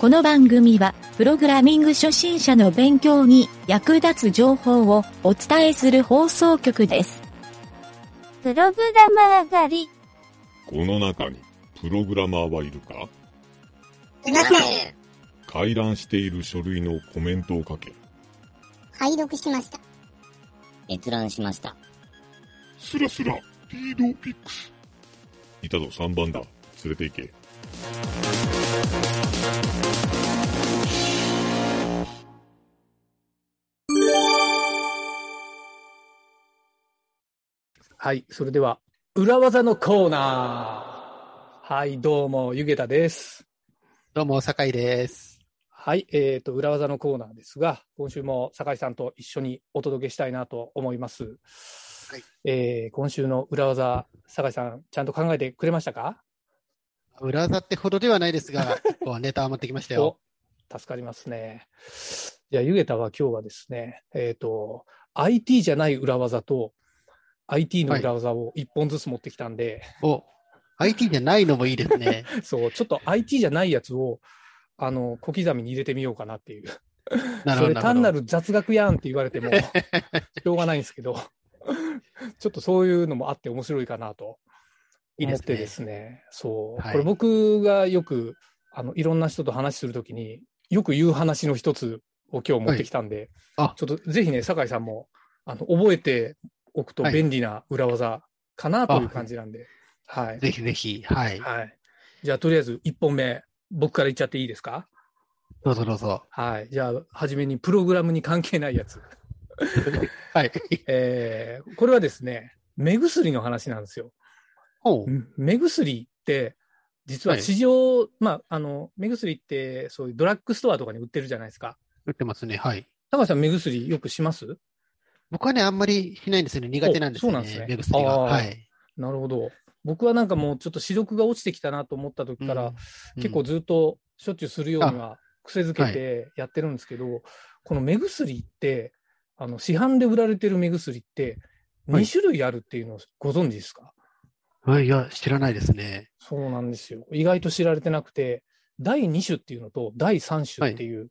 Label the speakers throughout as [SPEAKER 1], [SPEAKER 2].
[SPEAKER 1] この番組は、プログラミング初心者の勉強に役立つ情報をお伝えする放送局です。
[SPEAKER 2] プログラマー狩り。
[SPEAKER 3] この中にプログラマーはいるか
[SPEAKER 4] いません。
[SPEAKER 3] 回覧している書類のコメントを書け。
[SPEAKER 4] 解読しました。
[SPEAKER 5] 閲覧しました。
[SPEAKER 3] スラスラ、ピードピックス。いたぞ、3番だ。連れて行け。
[SPEAKER 6] はい、それでは、裏技のコーナー。はい、どうも、ゆげたです。
[SPEAKER 7] どうも、酒井です。
[SPEAKER 6] はい、えっ、と、裏技のコーナーですが、今週も酒井さんと一緒にお届けしたいなと思います。
[SPEAKER 7] はい
[SPEAKER 6] えー今週の裏技、酒井さん、ちゃんと考えてくれましたか
[SPEAKER 7] 裏技ってほどではないで すが、結構ネタは持ってきましたよ。
[SPEAKER 6] お助かりますね。じゃあ、ゆげたは今日はですね、えっ、と、IT じゃない裏技と、IT の裏技を一本ずつ持ってきたんで、
[SPEAKER 7] お、IT じゃないのもいいですね。
[SPEAKER 6] そう、ちょっと IT じゃないやつを、あの、小刻みに入れてみようかなっていう。
[SPEAKER 7] な る
[SPEAKER 6] そ
[SPEAKER 7] ほ
[SPEAKER 6] れ
[SPEAKER 7] ど。
[SPEAKER 6] 単な
[SPEAKER 7] る
[SPEAKER 6] る雑学やんって言われても、しょうがないんですけど、 ちょっとそういうのもあって面白いかなと
[SPEAKER 7] いい
[SPEAKER 6] 思っ
[SPEAKER 7] ですね
[SPEAKER 6] てですね、そう、
[SPEAKER 7] はい
[SPEAKER 6] これ僕がよく、あの、いろんな人と話するときに、よく言う話の一つを今日持ってきたんで、
[SPEAKER 7] はいあ
[SPEAKER 6] ちょっとぜひね、酒井さんも、あの、覚えておくと
[SPEAKER 7] はい
[SPEAKER 6] 便利な裏技かなという
[SPEAKER 7] あ
[SPEAKER 6] 感じなんで、はい。
[SPEAKER 7] ぜひぜひ、はい。
[SPEAKER 6] はい。じゃあ、とりあえず1本目、僕から言っちゃっていいですか
[SPEAKER 7] どうぞどうぞ。
[SPEAKER 6] はい。じゃあ、はじめにプログラムに関係ないやつ。
[SPEAKER 7] はい。
[SPEAKER 6] えーこれはですね、目薬の話なんですよ。
[SPEAKER 7] おう
[SPEAKER 6] 目薬って、実は
[SPEAKER 7] はい
[SPEAKER 6] 市場、まあ、あの、目薬って、そういうドラッグストアとかに売ってるじゃないですか。
[SPEAKER 7] 打ってますね。はい。
[SPEAKER 6] 高橋さん、目薬よくします
[SPEAKER 7] 僕はね、あんまりしないんですよね。苦手なんですよね。
[SPEAKER 6] おそうなんですね
[SPEAKER 7] 目薬
[SPEAKER 6] あ
[SPEAKER 7] が。
[SPEAKER 6] ー
[SPEAKER 7] はい。
[SPEAKER 6] なるほど。僕はなんかもうちょっと視力が落ちてきたなと思った時から、
[SPEAKER 7] うん
[SPEAKER 6] 結構、ずっとしょっちゅうするようには癖づけてやってるんですけど、この目薬って、あの市販で売られてる目薬って、
[SPEAKER 7] はい
[SPEAKER 6] 2種類あるっていうのをご存知ですか、
[SPEAKER 7] うんはい。いや、知らないですね。
[SPEAKER 6] そうなんですよ。意外と知られてなくて、第2種っていうのと第3種っていう、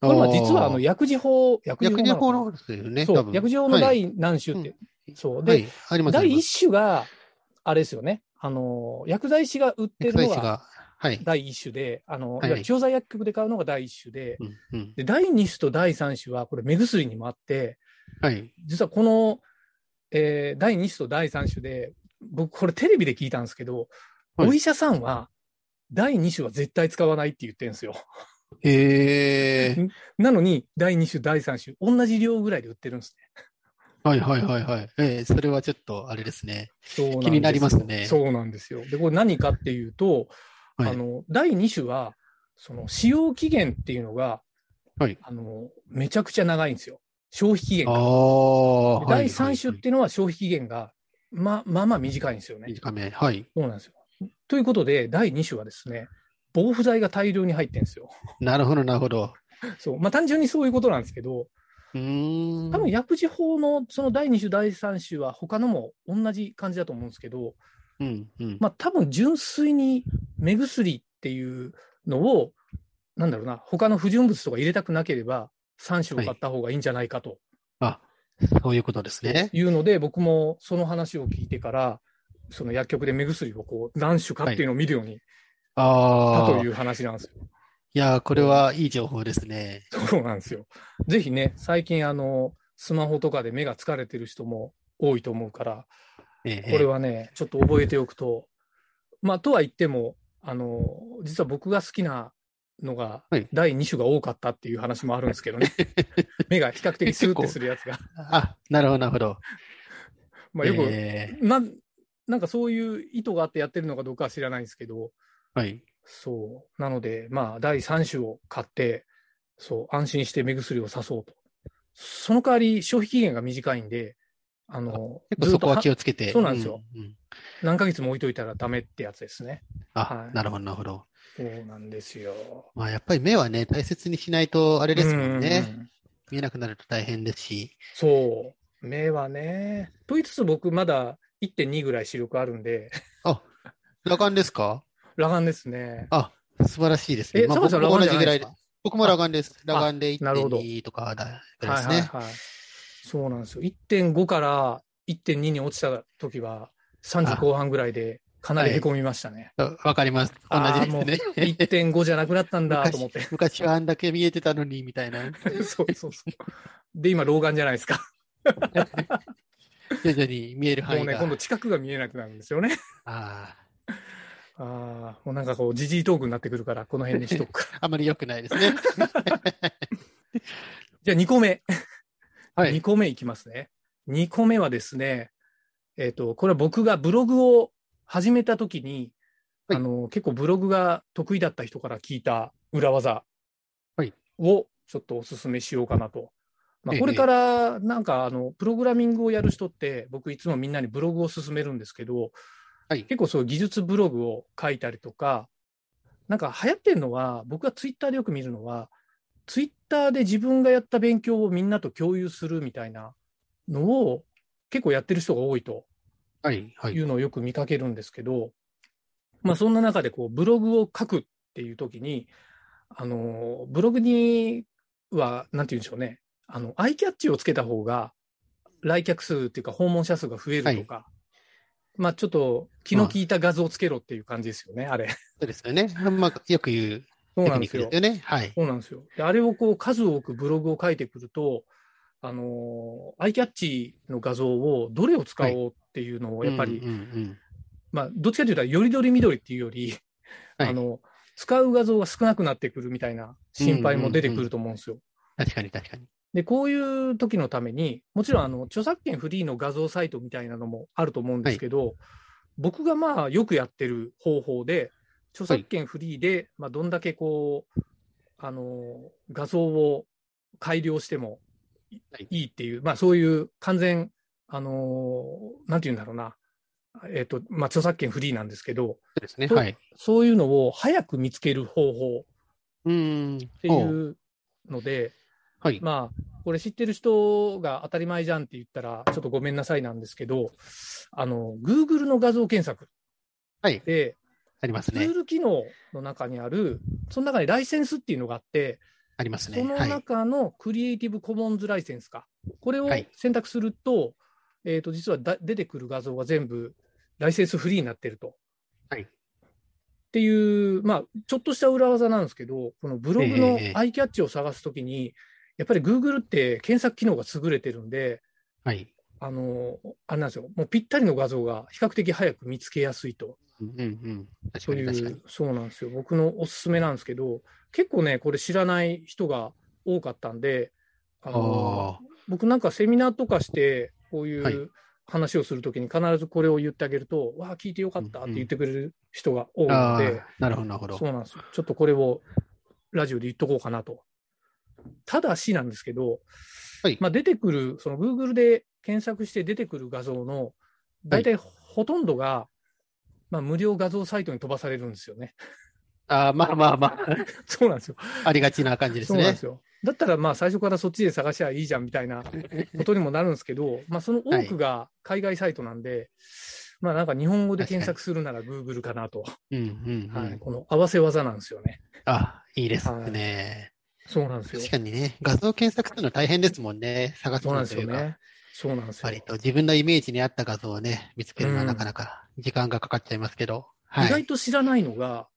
[SPEAKER 7] あー
[SPEAKER 6] これは実はあの薬事法、薬
[SPEAKER 7] 薬
[SPEAKER 6] なの
[SPEAKER 7] 事
[SPEAKER 6] か
[SPEAKER 7] 法
[SPEAKER 6] な
[SPEAKER 7] の方ですよね。
[SPEAKER 6] そ
[SPEAKER 7] 多
[SPEAKER 6] う
[SPEAKER 7] 分
[SPEAKER 6] 薬事法の
[SPEAKER 7] はい
[SPEAKER 6] 第何種って、そうで、
[SPEAKER 7] はいあります
[SPEAKER 6] 第
[SPEAKER 7] 一
[SPEAKER 6] 1種が、あれですよね、あの薬剤師が売ってるのが
[SPEAKER 7] が。はい。
[SPEAKER 6] 第1種で、あの
[SPEAKER 7] はい
[SPEAKER 6] いわゆる調剤薬局で買うのが第1種で、
[SPEAKER 7] うんうん
[SPEAKER 6] で、第2種と第3種は、これ、目薬にもあって、
[SPEAKER 7] はい。
[SPEAKER 6] 実はこの、えー第2種と第3種で、僕、これ、テレビで聞いたんですけど、
[SPEAKER 7] はい
[SPEAKER 6] お医者さんは、第2種は絶対使わないって言ってるんですよ。
[SPEAKER 7] へえ。
[SPEAKER 6] なのに、第2種、第3種、同じ量ぐらいで売ってるんですね。
[SPEAKER 7] はいはいはいはい。えーそれはちょっと、あれですね。
[SPEAKER 6] そうなんです
[SPEAKER 7] 気になりますね
[SPEAKER 6] そうなんですよ。で、これ、何かっていうと、
[SPEAKER 7] はい
[SPEAKER 6] あの第2種は、その使用期限っていうのが、
[SPEAKER 7] はい
[SPEAKER 6] あの、めちゃくちゃ長いんですよ。消費期限
[SPEAKER 7] あ
[SPEAKER 6] が。
[SPEAKER 7] あ、
[SPEAKER 6] で
[SPEAKER 7] はい
[SPEAKER 6] 第3種っていうのは消費期限が、ま、まあまあ短いんですよ
[SPEAKER 7] はいはい
[SPEAKER 6] ね。
[SPEAKER 7] 短め。はい。
[SPEAKER 6] そうなんですよ。ということで、第2種はですね、防腐剤が大量に入ってるんですよ。
[SPEAKER 7] なるほど、なるほど。
[SPEAKER 6] そう。まあ単純にそういうことなんですけど、
[SPEAKER 7] うーん。
[SPEAKER 6] 多分薬事法のその第2種、第3種は他のも同じ感じだと思うんですけど、
[SPEAKER 7] うん、うん。
[SPEAKER 6] まあ多分純粋に目薬っていうのを、なんだろうな、他の不純物とか入れたくなければ、3種を買った方がいいんじゃないかと。
[SPEAKER 7] あ、そういうことですね。
[SPEAKER 6] いうので、僕もその話を聞いてから、その薬局で目薬をこう何種かっていうのを見るようにした
[SPEAKER 7] あ
[SPEAKER 6] と
[SPEAKER 7] あ。
[SPEAKER 6] い
[SPEAKER 7] いう
[SPEAKER 6] 話なんですよ。
[SPEAKER 7] やー、これはいい情報ですね。
[SPEAKER 6] そうなんですよ。ぜひね、最近あの、スマホとかで目が疲れてる人も多いと思うから、
[SPEAKER 7] ええ
[SPEAKER 6] これはね、ちょっと覚えておくと、まあ、とは言っても、あの、実は僕が好きなのが
[SPEAKER 7] はい、
[SPEAKER 6] 第2種が多かったっていう話もあるんですけ どね。目が比較的スーってするやつが。
[SPEAKER 7] あ、なるほど、なるほど。
[SPEAKER 6] まあ、よく、
[SPEAKER 7] え
[SPEAKER 6] なんなんかそういう意図があってやってるのかどうかは知らないんですけど、
[SPEAKER 7] えはい。
[SPEAKER 6] そう。なので、まあ、第3種を買って、そう、安心して目薬をさそうと。その代わり、消費期限が短いんで、あの、
[SPEAKER 7] 結構
[SPEAKER 6] ずっ
[SPEAKER 7] そ
[SPEAKER 6] と
[SPEAKER 7] こは
[SPEAKER 6] は
[SPEAKER 7] 気をつけて。
[SPEAKER 6] そうなんですよ
[SPEAKER 7] うん。うん
[SPEAKER 6] 何ヶ月も置いといたらダメってやつですね。は
[SPEAKER 7] あ、
[SPEAKER 6] い
[SPEAKER 7] なるほど、なるほど。
[SPEAKER 6] そうなんですよ。
[SPEAKER 7] まあ、やっぱり目はね、大切にしないと、あれですもん
[SPEAKER 6] う
[SPEAKER 7] ね。
[SPEAKER 6] ん
[SPEAKER 7] 見えなくなると大変ですし。
[SPEAKER 6] そう。目はね。と言いつつ僕まだ1.2ぐらい視力あるんで、
[SPEAKER 7] 裸眼ですか
[SPEAKER 6] 裸眼ですね。
[SPEAKER 7] あ、素晴らしいですね。
[SPEAKER 6] え、
[SPEAKER 7] まあ
[SPEAKER 6] 坂口さん、
[SPEAKER 7] 僕も同
[SPEAKER 6] じ
[SPEAKER 7] じ
[SPEAKER 6] ぐ
[SPEAKER 7] ぐ
[SPEAKER 6] ら
[SPEAKER 7] ら
[SPEAKER 6] い
[SPEAKER 7] い
[SPEAKER 6] ですか
[SPEAKER 7] 僕もラガンです。ラガンで
[SPEAKER 6] なるほど
[SPEAKER 7] 1.2とかだぐら
[SPEAKER 6] はいい
[SPEAKER 7] です
[SPEAKER 6] はい
[SPEAKER 7] ね。
[SPEAKER 6] はい。そうなんですよ。1.5から1.2に落ちた時は、30後半ぐらいで、かなり凹みましたね。
[SPEAKER 7] あわかります。同
[SPEAKER 6] あー
[SPEAKER 7] じですね。
[SPEAKER 6] 1.5じゃなくなったんだと思って。
[SPEAKER 7] 昔はあんだけ見えてたのに、みたいな。
[SPEAKER 6] そうそうそう。で、今、老眼じゃないですか。
[SPEAKER 7] 徐々に見える範
[SPEAKER 6] もう
[SPEAKER 7] 囲
[SPEAKER 6] ね、
[SPEAKER 7] が。
[SPEAKER 6] 今度、近くが見えなくなるんですよね。
[SPEAKER 7] あ
[SPEAKER 6] ああ、もうなんかこう、じじいトークになってくるから、この辺にしとくか。
[SPEAKER 7] ーあまり良くないです ね。
[SPEAKER 6] じゃあ、2個目。
[SPEAKER 7] は
[SPEAKER 6] 2
[SPEAKER 7] い。
[SPEAKER 6] 個目いきますね。2個目はですね、えっ、と、これは僕がブログを始めたときに、
[SPEAKER 7] はい
[SPEAKER 6] あの、結構ブログが得意だった人から聞いた裏技
[SPEAKER 7] はい
[SPEAKER 6] をちょっとお勧めしようかなと。ま
[SPEAKER 7] え
[SPEAKER 6] あ、
[SPEAKER 7] え
[SPEAKER 6] これからなんかあの、プログラミングをやる人って、僕いつもみんなにブログを勧めるんですけど、
[SPEAKER 7] はい
[SPEAKER 6] 結構そういう技術ブログを書いたりとか、なんか流行ってるのは、僕がツイッターでよく見るのは、ツイッターで自分がやった勉強をみんなと共有するみたいなのを結構やってる人が多いと
[SPEAKER 7] はい。はいい。
[SPEAKER 6] うのをよく見かけるんですけど、まあそんな中でこうブログを書くっていう時に、あの、ブログには、なんて言うんでしょうね、あの、アイキャッチをつけた方が来客数っていうか訪問者数が増えるとか、まあちょっと気の利いた画像をつけろっていう感じですよね、あれ。
[SPEAKER 7] そうですよね。まあ、よく言う
[SPEAKER 6] そう
[SPEAKER 7] テ
[SPEAKER 6] な
[SPEAKER 7] ク
[SPEAKER 6] んで
[SPEAKER 7] ニッ
[SPEAKER 6] す
[SPEAKER 7] クで
[SPEAKER 6] よ
[SPEAKER 7] す。よね。はい。
[SPEAKER 6] そうなんですよ。であれをこう数多くブログを書いてくると、あのーアイキャッチの画像をどれを使おうっていうのをやっぱり、
[SPEAKER 7] うんうんうん
[SPEAKER 6] まあ、どっちかというと、よりどり緑っていうより、
[SPEAKER 7] はい
[SPEAKER 6] あの、使う画像が少なくなってくるみたいな心配も出てくると思うんですよ。
[SPEAKER 7] 確かに確かに。
[SPEAKER 6] で、こういう時のために、もちろんあの著作権フリーの画像サイトみたいなのもあると思うんですけど、僕がまあよくやってる方法で、著作権フリーで、まあどんだけこう、あの、画像を改良してもい
[SPEAKER 7] はい
[SPEAKER 6] いいっていう、まあそういう完全、あの、なんて言うんだろうな、えっ、と、まあ著作権フリーなんですけど、
[SPEAKER 7] そうですね。
[SPEAKER 6] そう
[SPEAKER 7] はい。
[SPEAKER 6] そういうのを早く見つける方法っ
[SPEAKER 7] うーん。
[SPEAKER 6] て
[SPEAKER 7] ほ。
[SPEAKER 6] いううので、
[SPEAKER 7] はい。
[SPEAKER 6] まあ、これ知ってる人が当たり前じゃんって言ったら、ちょっとごめんなさいなんですけど、あの、Google の画像検索
[SPEAKER 7] はい。
[SPEAKER 6] で、
[SPEAKER 7] あります
[SPEAKER 6] ツー
[SPEAKER 7] ね。
[SPEAKER 6] ル機能の中にある、その中にライセンスっていうのがあって、
[SPEAKER 7] ありますね。
[SPEAKER 6] その
[SPEAKER 7] はい。
[SPEAKER 6] 中のクリエイティブコモンズライセンスか。これを
[SPEAKER 7] はい
[SPEAKER 6] 選択すると、えっ、と、実はだ出てくる画像が全部ライセンスフリーになってると。
[SPEAKER 7] はい
[SPEAKER 6] っていう、まあ、ちょっとした裏技なんですけど、このブログの
[SPEAKER 7] ええ
[SPEAKER 6] アイキャッチを探すときに、やっぱり Google って検索機能が優れてるんで、
[SPEAKER 7] はい。
[SPEAKER 6] あの、あれなんですよ、もうぴったりの画像が比較的早く見つけやすいと。
[SPEAKER 7] うんうんうん。確
[SPEAKER 6] そ
[SPEAKER 7] か
[SPEAKER 6] うい
[SPEAKER 7] に確かに
[SPEAKER 6] う。、そうなんですよ。僕のおすすめなんですけど、結構ね、これ知らない人が多かったんで、あの
[SPEAKER 7] あ
[SPEAKER 6] 僕なんかセミナーとかして、こうい
[SPEAKER 7] はいう
[SPEAKER 6] 話をするときに必ずこれを言ってあげると、わあ、聞いてよかったって言ってくれる人が多い
[SPEAKER 7] あ。
[SPEAKER 6] の
[SPEAKER 7] あ
[SPEAKER 6] で、
[SPEAKER 7] あ。なるほど、なるほど
[SPEAKER 6] そ。うなんですよ。ちょっとこれをラジオで言っとこうかなと。ただしなんですけど、
[SPEAKER 7] はい
[SPEAKER 6] まあ、出てくる、その Google で検索して出てくる画像の、大体ほとんどが、まあ、無料画像サイトに飛ばされるんですよね。
[SPEAKER 7] ああ、まあまあまあ。
[SPEAKER 6] そうなんですよ。
[SPEAKER 7] ありがちな感じです
[SPEAKER 6] そうなんで
[SPEAKER 7] ね
[SPEAKER 6] す。よ。だったら、まあ、最初からそっちで探しゃいいじゃんみたい なことにもなるんですけど、まあ、その多くが海外サイトなんで、まあ、なんか日本語で検索するなら Google かなと、
[SPEAKER 7] うんうんう
[SPEAKER 6] はい、
[SPEAKER 7] ん。
[SPEAKER 6] この合わせ技なんですよね。
[SPEAKER 7] あ、いいですね。
[SPEAKER 6] そうなんですよ
[SPEAKER 7] 確。かにね、画像検索するの大変ですもんね。探す
[SPEAKER 6] そう
[SPEAKER 7] の
[SPEAKER 6] なんで
[SPEAKER 7] と
[SPEAKER 6] すよ
[SPEAKER 7] いうか。
[SPEAKER 6] ね。そうなんですよ。
[SPEAKER 7] 割と自分のイメージに合った画像をね、見つけるの
[SPEAKER 6] う
[SPEAKER 7] は
[SPEAKER 6] ん
[SPEAKER 7] なかなか時間がかかっちゃいますけど。
[SPEAKER 6] 意
[SPEAKER 7] は
[SPEAKER 6] 外
[SPEAKER 7] い。
[SPEAKER 6] と知らないのが、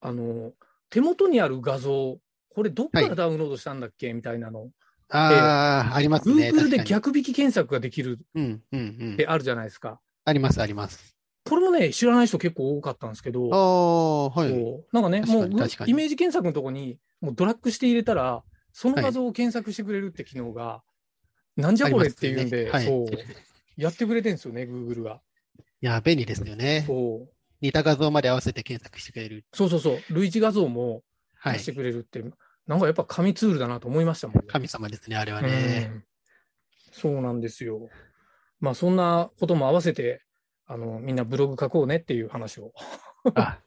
[SPEAKER 6] あの、手元にある画像、これどっか
[SPEAKER 7] は
[SPEAKER 6] ら
[SPEAKER 7] い
[SPEAKER 6] ダウンロードしたんだっけみたいなの。
[SPEAKER 7] ああ、ありますね。
[SPEAKER 6] Google で
[SPEAKER 7] 確かに
[SPEAKER 6] 逆引き検索ができる
[SPEAKER 7] うんうん
[SPEAKER 6] っ
[SPEAKER 7] うん。
[SPEAKER 6] てあるじゃないですか。
[SPEAKER 7] あります、あります。
[SPEAKER 6] これもね、知らない人結構多かったんですけど、
[SPEAKER 7] ああー、はい。
[SPEAKER 6] こうなんかね、もう
[SPEAKER 7] 確かに確かに
[SPEAKER 6] イメージ検索のとこに、もうドラッグして入れたら、その画像を検索してくれるって機能が、なんじゃこれっていうんで、
[SPEAKER 7] あります
[SPEAKER 6] そう
[SPEAKER 7] よねはい、
[SPEAKER 6] やってくれてるんですよね、Google が。
[SPEAKER 7] いや、便利ですよね。
[SPEAKER 6] そう
[SPEAKER 7] 似た画像まで合わせて検索してくれる。
[SPEAKER 6] そうそうそう、類似画像も
[SPEAKER 7] は
[SPEAKER 6] 出
[SPEAKER 7] い
[SPEAKER 6] して。くれるって、なんかやっぱ紙ツールだなと思いましたもんね。
[SPEAKER 7] 神様ですね、あれはね。
[SPEAKER 6] うんそうなんですよ。まあそんなことも合わせて、あの、みんなブログ書こうねっていう話を、
[SPEAKER 7] あ、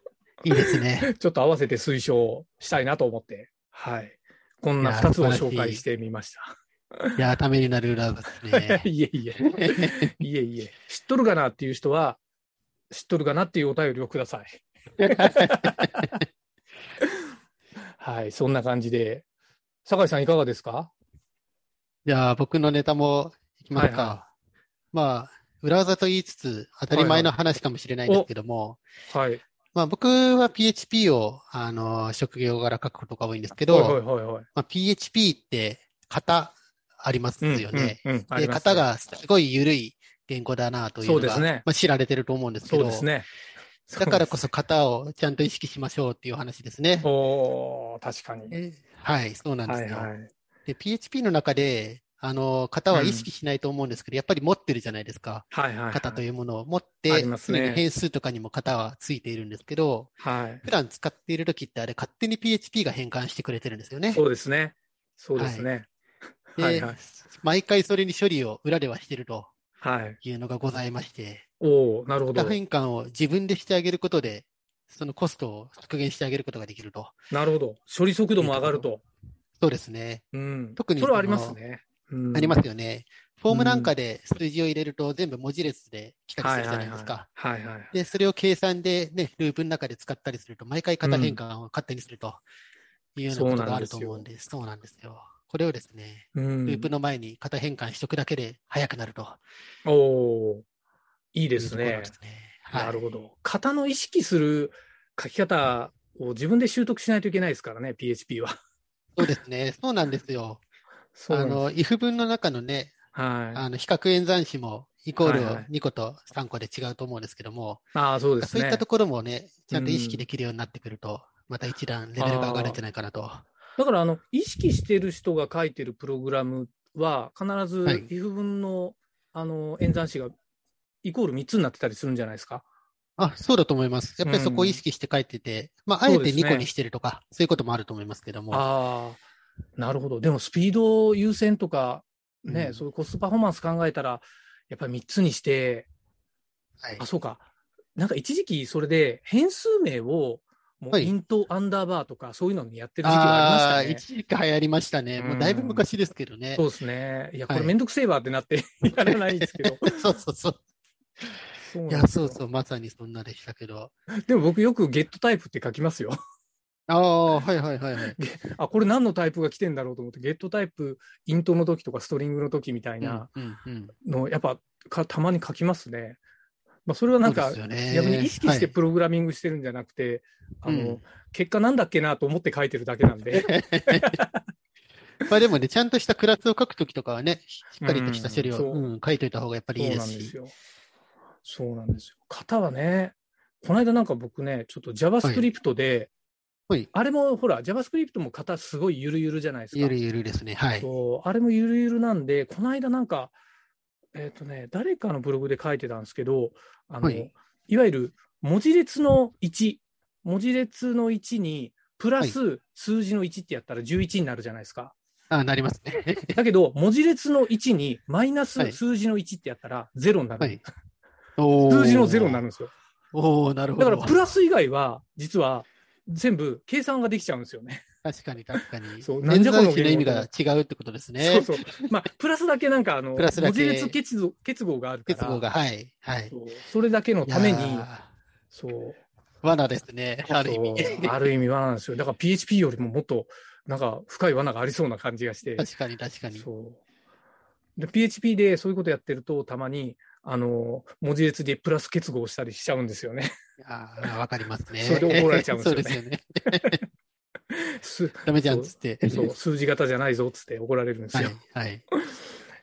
[SPEAKER 7] いいですね。
[SPEAKER 6] ちょっと合わせて推奨したいなと思って、はい。こんない
[SPEAKER 7] や
[SPEAKER 6] 2つを
[SPEAKER 7] 素晴らし
[SPEAKER 6] 紹
[SPEAKER 7] い
[SPEAKER 6] 介してみました。。
[SPEAKER 7] いや、ためになる裏ですね
[SPEAKER 6] いえいえ、いえいえ、知っとるかなっていう 人は、知っとるかなっていうお便りをください。はい、そんな感じで。酒井さんいかがですか
[SPEAKER 7] じゃあ、僕のネタもいきますか。
[SPEAKER 6] は
[SPEAKER 7] まあ、裏技と言いつつ、当たり前の話かもしれないんですけども、
[SPEAKER 6] はい。
[SPEAKER 7] まあ、僕は PHP を、あの、職業柄書くことが多いんですけど、
[SPEAKER 6] はいはいはいはい。
[SPEAKER 7] まあ、PHP って型ありますよね。
[SPEAKER 6] うんうんうんあ
[SPEAKER 7] で、
[SPEAKER 6] ります
[SPEAKER 7] 型がすごい緩い言語だなというの
[SPEAKER 6] そうで
[SPEAKER 7] が、
[SPEAKER 6] すね
[SPEAKER 7] まあ、知られてると思うんですけ
[SPEAKER 6] そう
[SPEAKER 7] ど、
[SPEAKER 6] ですね。
[SPEAKER 7] だからこそ型をちゃんと意識しましょうっていう話ですね。
[SPEAKER 6] おー確かに。
[SPEAKER 7] えはい、そうなんで
[SPEAKER 6] は
[SPEAKER 7] す
[SPEAKER 6] い
[SPEAKER 7] よ。
[SPEAKER 6] はい。
[SPEAKER 7] で、PHP の中で、あの、型は意識しないと思うんですけど、やっぱり持ってるじゃないですか。
[SPEAKER 6] はいはい。
[SPEAKER 7] 型と
[SPEAKER 6] う。
[SPEAKER 7] いうものを持っ
[SPEAKER 6] あ
[SPEAKER 7] て、
[SPEAKER 6] ります
[SPEAKER 7] 常
[SPEAKER 6] ね
[SPEAKER 7] に変数とかにも型はついているんですけど、
[SPEAKER 6] はい。
[SPEAKER 7] 普段使っている時ってあれ勝手に PHP が変換してくれてるんですよね。
[SPEAKER 6] そうですね。そうですね。
[SPEAKER 7] で、
[SPEAKER 6] はいはい。
[SPEAKER 7] 毎回それに処理を裏ではしてると
[SPEAKER 6] はい。
[SPEAKER 7] いうのがございまして、
[SPEAKER 6] おおなるほど
[SPEAKER 7] 型。変換を自分でしてあげることで、そのコストを削減してあげることができると。
[SPEAKER 6] なるほど。処理速度も上がると。
[SPEAKER 7] そうですね。
[SPEAKER 6] うん。
[SPEAKER 7] 特に
[SPEAKER 6] それはありますね。うん
[SPEAKER 7] ありますよね。フォームなんかで数字を入れると全部文字列で比較
[SPEAKER 6] は
[SPEAKER 7] す
[SPEAKER 6] い
[SPEAKER 7] るじゃ
[SPEAKER 6] は
[SPEAKER 7] ないいですか。
[SPEAKER 6] はい。はいはい。
[SPEAKER 7] で、それを計算でね、ループの中で使ったりすると、毎回型変換を勝手にするというようなことがあると思うんです。そうなんですよ。これをですね、
[SPEAKER 6] うん
[SPEAKER 7] ループの前に型変換しとくだけで早くなると。
[SPEAKER 6] おおいいです
[SPEAKER 7] いうところ
[SPEAKER 6] ね。
[SPEAKER 7] はい、
[SPEAKER 6] なるほど。型の意識する書き方を自分で習得しないといけないですからね、PHP は。
[SPEAKER 7] そうですね。そうなんですよ。
[SPEAKER 6] そうな
[SPEAKER 7] あ
[SPEAKER 6] んです
[SPEAKER 7] の、if 文の中のね、
[SPEAKER 6] はい。
[SPEAKER 7] あの、比較演算子も、イコール
[SPEAKER 6] はい
[SPEAKER 7] を
[SPEAKER 6] はい
[SPEAKER 7] 2個と3個で違うと思うんですけども、
[SPEAKER 6] ああ、そうです
[SPEAKER 7] そうい
[SPEAKER 6] ね
[SPEAKER 7] った。ところもね、ちゃんと意識できるようになってくると、また一段レベルが上がるんじゃないかなと。
[SPEAKER 6] だからあの意識してる人が書いてるプログラムは必ず
[SPEAKER 7] はい
[SPEAKER 6] if 文のあの演算子がイコール3つになってたりするんじゃないですか。
[SPEAKER 7] あ、そうだと思います。やっぱりそこを意識して書いてて、まあ、あえ
[SPEAKER 6] そうで
[SPEAKER 7] て
[SPEAKER 6] すね
[SPEAKER 7] 2個にしてるとか、そういうこともあると思いますけども。
[SPEAKER 6] ああ、なるほど。でもスピード優先とか、ね、
[SPEAKER 7] うん
[SPEAKER 6] そういうコストパフォーマンス考えたら、やっぱり3つにして、
[SPEAKER 7] はい
[SPEAKER 6] あ、そうか。なんか一時期それで変数名をもう
[SPEAKER 7] はい
[SPEAKER 6] インとアンダーバーとかそういうのにやってる時期が
[SPEAKER 7] あ
[SPEAKER 6] あ
[SPEAKER 7] あ
[SPEAKER 6] り
[SPEAKER 7] ー、
[SPEAKER 6] ましたね。
[SPEAKER 7] 一時期流行りましたね。もうだいぶ昔ですけどね
[SPEAKER 6] そ。うですね。いや、これ
[SPEAKER 7] はい
[SPEAKER 6] めんどくせえわってなって やらないんですけど。
[SPEAKER 7] そうそうそう。
[SPEAKER 6] そう
[SPEAKER 7] い
[SPEAKER 6] なん
[SPEAKER 7] や、
[SPEAKER 6] です
[SPEAKER 7] そ
[SPEAKER 6] よ
[SPEAKER 7] うそう、まさにそんなでしたけど。
[SPEAKER 6] でも僕よくゲットタイプって書きますよ。
[SPEAKER 7] ああ、はいはいはいはい。
[SPEAKER 6] あ、これ何のタイプが来てんだろうと思って、ゲットタイプ、イントの時とかストリングの時みたいな
[SPEAKER 7] うんうんうん
[SPEAKER 6] の、やっぱかたまに書きますね。まあ、それはなんか、
[SPEAKER 7] そうですよね
[SPEAKER 6] 逆に意識して
[SPEAKER 7] はい
[SPEAKER 6] プログラミングしてるんじゃなくて、あの、
[SPEAKER 7] うん
[SPEAKER 6] 結果なんだっけなと思って書いてるだけなん で。
[SPEAKER 7] まあでもね、ちゃんとしたクラスを書くときとかはね、しっかりとした処理
[SPEAKER 6] うんそ
[SPEAKER 7] を、
[SPEAKER 6] う
[SPEAKER 7] うん、書いといた方がやっぱりい
[SPEAKER 6] そう
[SPEAKER 7] いで
[SPEAKER 6] な
[SPEAKER 7] す
[SPEAKER 6] んです
[SPEAKER 7] し。
[SPEAKER 6] よ。そうなんですよ。型はね、この間なんか僕ね、ちょっと JavaScript で、
[SPEAKER 7] はい
[SPEAKER 6] あれもほら、JavaScript も型すごいゆるゆるじゃないですか。
[SPEAKER 7] ゆるゆるですね。はい。
[SPEAKER 6] そう、あれもゆるゆるなんで、この間なんか、えっ、とね、誰かのブログで書いてたんですけど、あの、
[SPEAKER 7] はい
[SPEAKER 6] い、わゆる文字列の1、文字列の1に、プラス数字の1ってやったら11になるじゃないですか。
[SPEAKER 7] あなりますね。
[SPEAKER 6] だけど、文字列の1にマイナ
[SPEAKER 7] は
[SPEAKER 6] ス
[SPEAKER 7] い
[SPEAKER 6] 数字の1ってやったら0になる。
[SPEAKER 7] はい。おー
[SPEAKER 6] 数字の0になるんですよ。
[SPEAKER 7] おおなるほ
[SPEAKER 6] だ
[SPEAKER 7] ど。
[SPEAKER 6] から、プラス以外は、実は、全部計算ができちゃうんですよね。
[SPEAKER 7] 確かに確かに。
[SPEAKER 6] そうなん
[SPEAKER 7] 演
[SPEAKER 6] じゃこの
[SPEAKER 7] 算子の意味が違うってことですね。
[SPEAKER 6] そうそう。まあ、プラスだけなんか、あの、
[SPEAKER 7] プラスだ
[SPEAKER 6] 文字
[SPEAKER 7] け
[SPEAKER 6] 列結合結合があるから。
[SPEAKER 7] 結合が、はい。はい。
[SPEAKER 6] そうそれだけのために
[SPEAKER 7] い、や
[SPEAKER 6] そう。
[SPEAKER 7] ー罠ですね。ある意味。
[SPEAKER 6] そうある意味罠なんですよ。だから PHP よりももっと、なんか深い罠がありそうな感じがして。
[SPEAKER 7] 確かに確かに。
[SPEAKER 6] そうで PHP でそういうことやってると、たまに、あの、文字列でプラス結合したりしちゃうんですよね。
[SPEAKER 7] あーわかりますね。
[SPEAKER 6] それで怒られちゃうんですよね
[SPEAKER 7] そうですよね。
[SPEAKER 6] す
[SPEAKER 7] ダメじゃんっつって。
[SPEAKER 6] そう、数字型じゃないぞっつって怒られるんです
[SPEAKER 7] はい
[SPEAKER 6] よ。。
[SPEAKER 7] はい。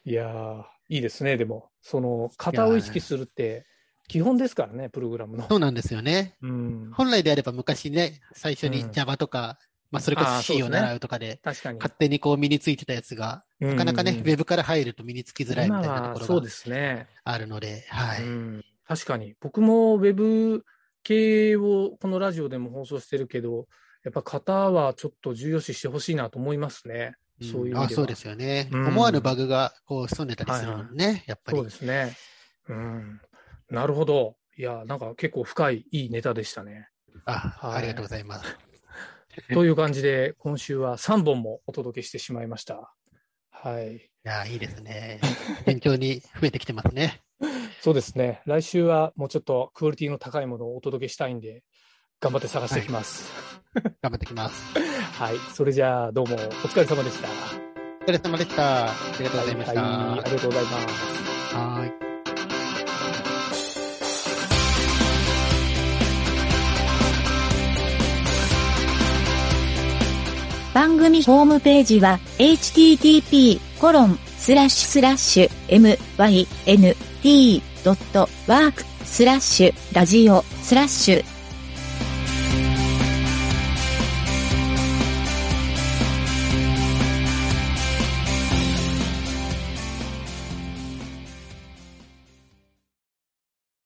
[SPEAKER 6] い、やー、いいですね、でも。その、型を意識するって、基本ですからね、プログラムの
[SPEAKER 7] そ。うなんですよね。
[SPEAKER 6] うん。
[SPEAKER 7] 本来であれば昔ね、最初
[SPEAKER 6] うん
[SPEAKER 7] に Java とか、まあそれこ
[SPEAKER 6] あ
[SPEAKER 7] そ
[SPEAKER 6] ーそう
[SPEAKER 7] C
[SPEAKER 6] です
[SPEAKER 7] を
[SPEAKER 6] ね
[SPEAKER 7] 習うとかで、
[SPEAKER 6] 確かに。
[SPEAKER 7] 勝手にこう身についてたやつが、
[SPEAKER 6] な
[SPEAKER 7] なかなかね、ウェブから入ると身につきづらいみたいなとこ
[SPEAKER 6] そう
[SPEAKER 7] ろ
[SPEAKER 6] で
[SPEAKER 7] が
[SPEAKER 6] すね。
[SPEAKER 7] あるので、はい。
[SPEAKER 6] うん、確かに。僕もウェブ系をこのラジオでも放送してるけど、やっぱ型はちょっと重要視してほしいなと思いますね。
[SPEAKER 7] うん
[SPEAKER 6] そういう意味では
[SPEAKER 7] あそうですよね。
[SPEAKER 6] うん
[SPEAKER 7] 思わぬバグがこう潜んでたりするのね、やっぱ
[SPEAKER 6] そ
[SPEAKER 7] り
[SPEAKER 6] うで。すね。うん。なるほど。いや、なんか結構深いいいネタでしたね。
[SPEAKER 7] あ
[SPEAKER 6] はい
[SPEAKER 7] ありがとうございます。
[SPEAKER 6] という感じで、今週は3本もお届けしてしまいました。はい。
[SPEAKER 7] いや、いいで すね。勉強に増えてきてますね。
[SPEAKER 6] そうですね。来週はもうちょっとクオリティの高いものをお届けしたいんで、頑張って探してきます。
[SPEAKER 7] 頑張ってきます。
[SPEAKER 6] はい、はい。それじゃあ、どうも、お疲れ様でした。
[SPEAKER 7] お疲れ様でした。ありがとうございました。
[SPEAKER 6] はい、ありがとうございます。
[SPEAKER 7] はい。
[SPEAKER 1] 番組ホームページは http://myn.t.world.radio.net コロンスラッシュスラッシュ MYNT ドットワークスラッシュラジオスラッシュ